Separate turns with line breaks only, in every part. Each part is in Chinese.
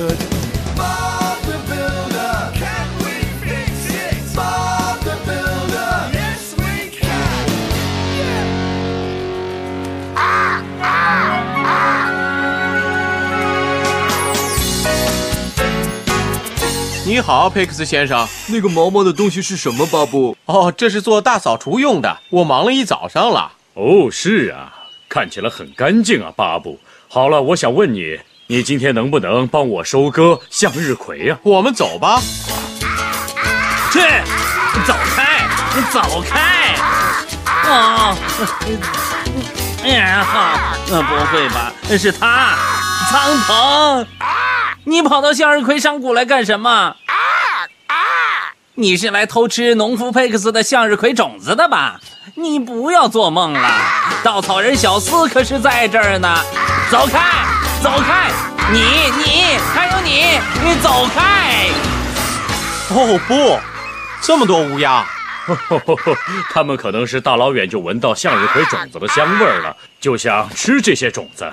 Bob the Builder. Can we fix it? Bob the Builder. Yes, we can.
你好，佩克斯先生。
那个毛毛的东西是什么，巴布？
哦，这是做大扫除用的，我忙了一早上了。
哦，是啊，看起来很干净啊，巴布。好了，我想问你，你今天能不能帮我收割向日葵啊呀、
我们走吧。
去，走开，走开！
哦
啊、哎呀，不会吧？是他，苍藤！
你跑到向日葵山谷来干什么？啊啊！你是来偷吃农夫佩克斯的向日葵种子的吧？你不要做梦了，稻草人小斯可是在这儿呢！走开，走开！你你还有你，你走开！
哦不，这么多乌鸦，
他们可能是大老远就闻到向日葵种子的香味儿了，就想吃这些种子。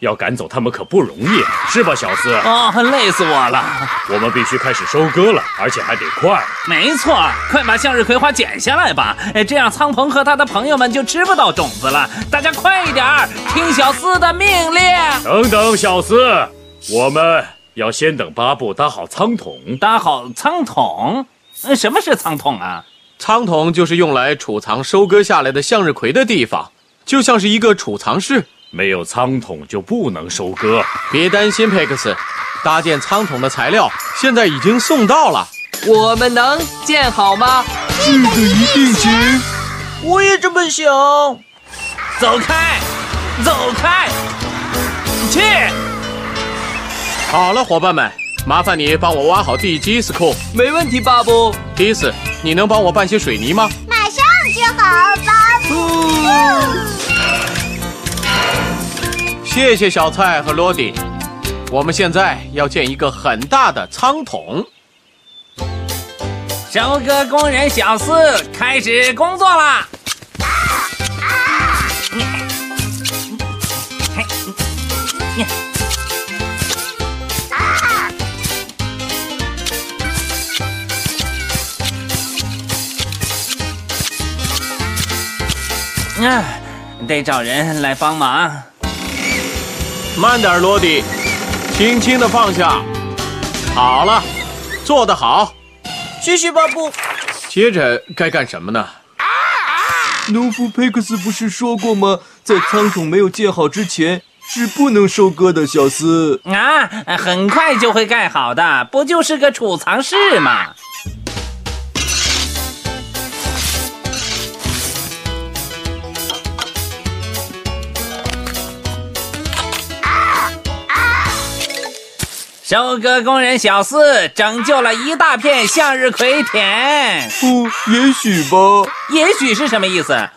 要赶走他们可不容易，是吧，小斯？
哦，累死我了！
我们必须开始收割了，而且还得快。
没错，快把向日葵花剪下来吧！哎，这样苍鹏和他的朋友们就吃不到种子了。大家快一点儿，听小斯的命令。
等等，小斯，我们要先等巴布搭好仓桶。
搭好仓桶。呃什么是仓桶啊？
仓桶就是用来储藏收割下来的向日葵的地方，就像是一个储藏室。
没有仓桶就不能收割。
别担心，佩克斯，搭建仓桶的材料现在已经送到了。
我们能建好吗？
走开，走开，去！
好了，伙伴们，麻烦你帮我挖好地基，斯库。
没问题，巴布。
迪斯，你能帮我拌些水泥吗？
马上就好，巴布。
谢谢小蔡和罗迪。我们现在要建一个很大的仓桶。
收割工人小四开始工作啦！啊，得找人来帮忙。
慢点儿，罗迪，轻轻的放下。好了，做得好。谢谢，巴布。接着该干什么呢？
农夫佩克斯不是说过吗？在仓桶没有建好之前是不能收割的，小斯。
啊，很快就会盖好的，不就是个储藏室吗？收割工人小四拯救了一大片向日葵田，
不，也许吧。
也许是什么意思？啊，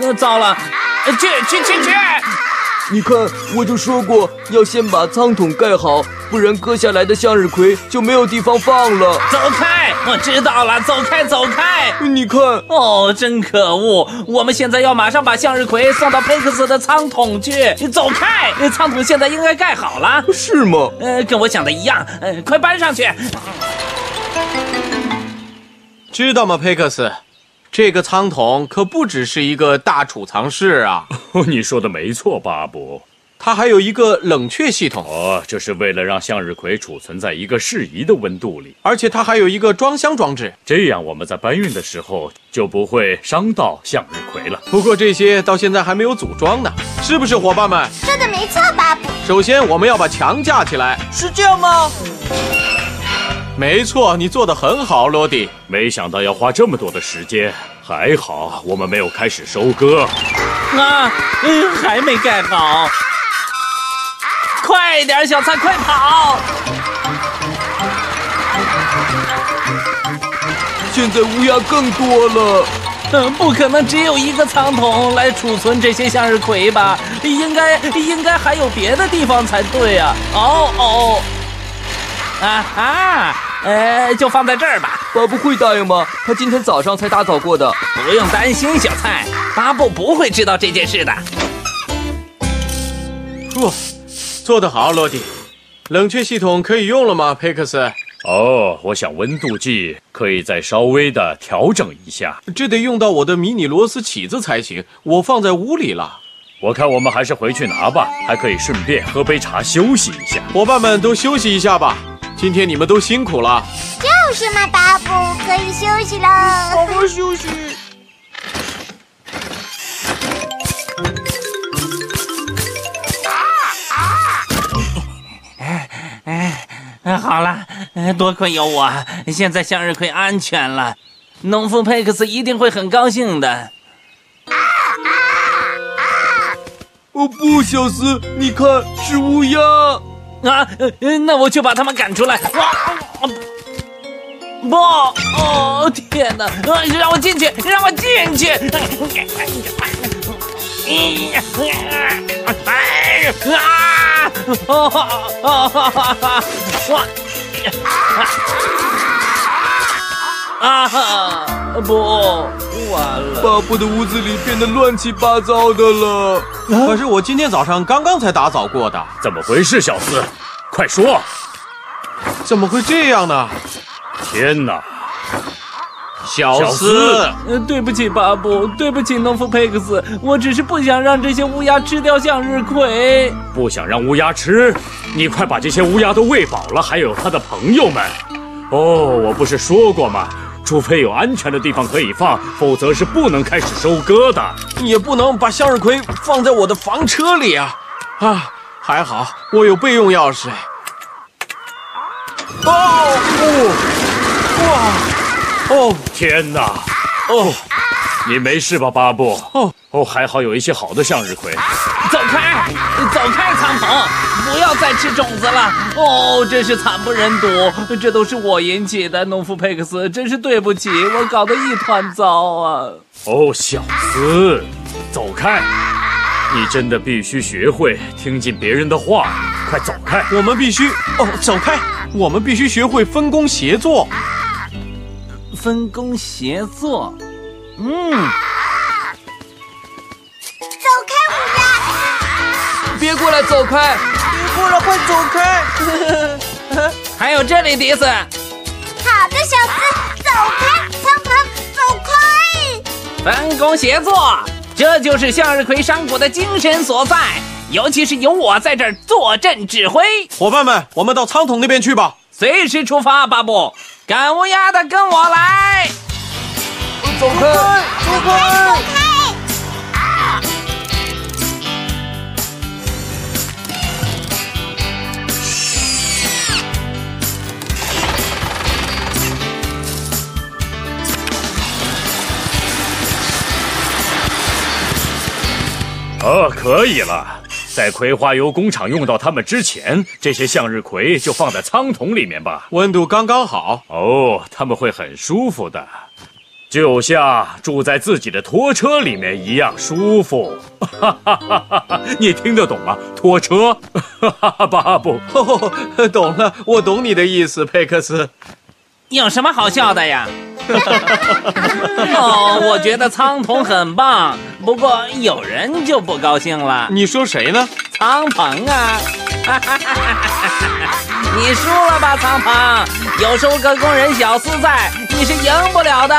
呃糟了，去去去去！
你看，我就说过要先把仓桶盖好，不然割下来的向日葵就没有地方放了。
走开！我知道了，走开，走开！
你看，
哦，真可恶！我们现在要马上把向日葵送到佩克斯的仓桶去。走开！仓桶现在应该盖好了。
是吗？
呃，跟我想的一样。呃，快搬上去。
知道吗，佩克斯？这个仓桶可不只是一个大储藏室啊，
哦，你说的没错，巴布。
它还有一个冷却系统，
哦，这是为了让向日葵储存在一个适宜的温度里，
而且它还有一个装箱装置。
这样我们在搬运的时候就不会伤到向日葵了。
不过这些到现在还没有组装呢，是不是，伙伴们？
说的没错，巴布。
首先我们要把墙架起来。是这样吗？没错，你做得很好，罗迪。
没想到要花这么多的时间，还好我们没有开始收割。
啊，嗯，还没盖好。快点，小蔡，快跑！
现在乌鸦更多了。
嗯，不可能只有一个仓桶来储存这些向日葵吧？应该应该还有别的地方才对啊！哦哦，啊啊，呃，就放在这儿吧，
巴布会答应吗？他今天早上才打扫过的。
不用担心，小蔡，巴布不会知道这件事的。
哦，做得好，罗迪。冷却系统可以用了吗，佩克斯？
哦，我想温度计可以再稍微的调整一下。
这得用到我的迷你螺丝起子才行，我放在屋里了。
我看我们还是回去拿吧，还可以顺便喝杯茶休息一下。
伙伴们都休息一下吧，今天你们都辛苦了。
就是嘛，巴布可以休息了。
好好休息。
哎，哎好了，哎多亏有我，现在向日葵安全了，农夫佩克斯一定会很高兴的。
哦不，小斯，你看是乌鸦。
啊，呃那我去把他们赶出来。哇啊不，哦天哪！啊让我进去，让我进去！哎呀啊！哦哦哇！啊啊！不，完了！
巴布的屋子里变得乱七八糟的了。
可是我今天早上刚刚才打扫过的，
怎么回事，小斯？快说！
怎么会这样呢？
天哪！
小
小斯
呃，对不起，巴布，对不起，农夫佩克斯，我只是不想让这些乌鸦吃掉向日葵。
不想让乌鸦吃，你快把这些乌鸦都喂饱了，还有它的朋友们。哦，我不是说过吗？除非有安全的地方可以放，否则是不能开始收割的。
也不能把向日葵放在我的房车里啊！啊，还好我有备用钥匙。哦，哦哇，哦，
天哪！
哦，
你没事吧，巴布？
哦
哦，还好有一些好的向日葵。
走开，走开，苍鹏，不要再吃种子了。哦，真是惨不忍睹，这都是我引起的，农夫佩克斯，真是对不起，我搞得一团糟啊。
哦，小斯，走开！你真的必须学会听进别人的话，快走开！
我们必须哦，走开！我们必须学会分工协作。
分工协作，
走开，乌鸦！
别过来，走开！
还有这里，迪斯，
好的，小斯，走开，苍鹏，走开！
分工协作，这就是向日葵山谷的精神所在，尤其是有我在这儿坐镇指挥，
伙伴们，我们到仓桶那边去吧。
随时出发，巴布，赶乌鸦的跟我来。
走开！
哦，可以了。在葵花油工厂用到它们之前，这些向日葵就放在仓桶里面吧。
温度刚刚好。
哦，它们会很舒服的，就像住在自己的拖车里面一样舒服。哈哈哈哈哈！你听得懂吗？拖车，哈哈哈！巴布，
哦，懂了，我懂你的意思，佩克斯。
有什么好笑的呀？哦，我觉得苍桶很棒，不过有人就不高兴了。
你说谁呢？
苍鹏啊， 你输了吧，苍鹏，有收割工人小四在，你是赢不了的。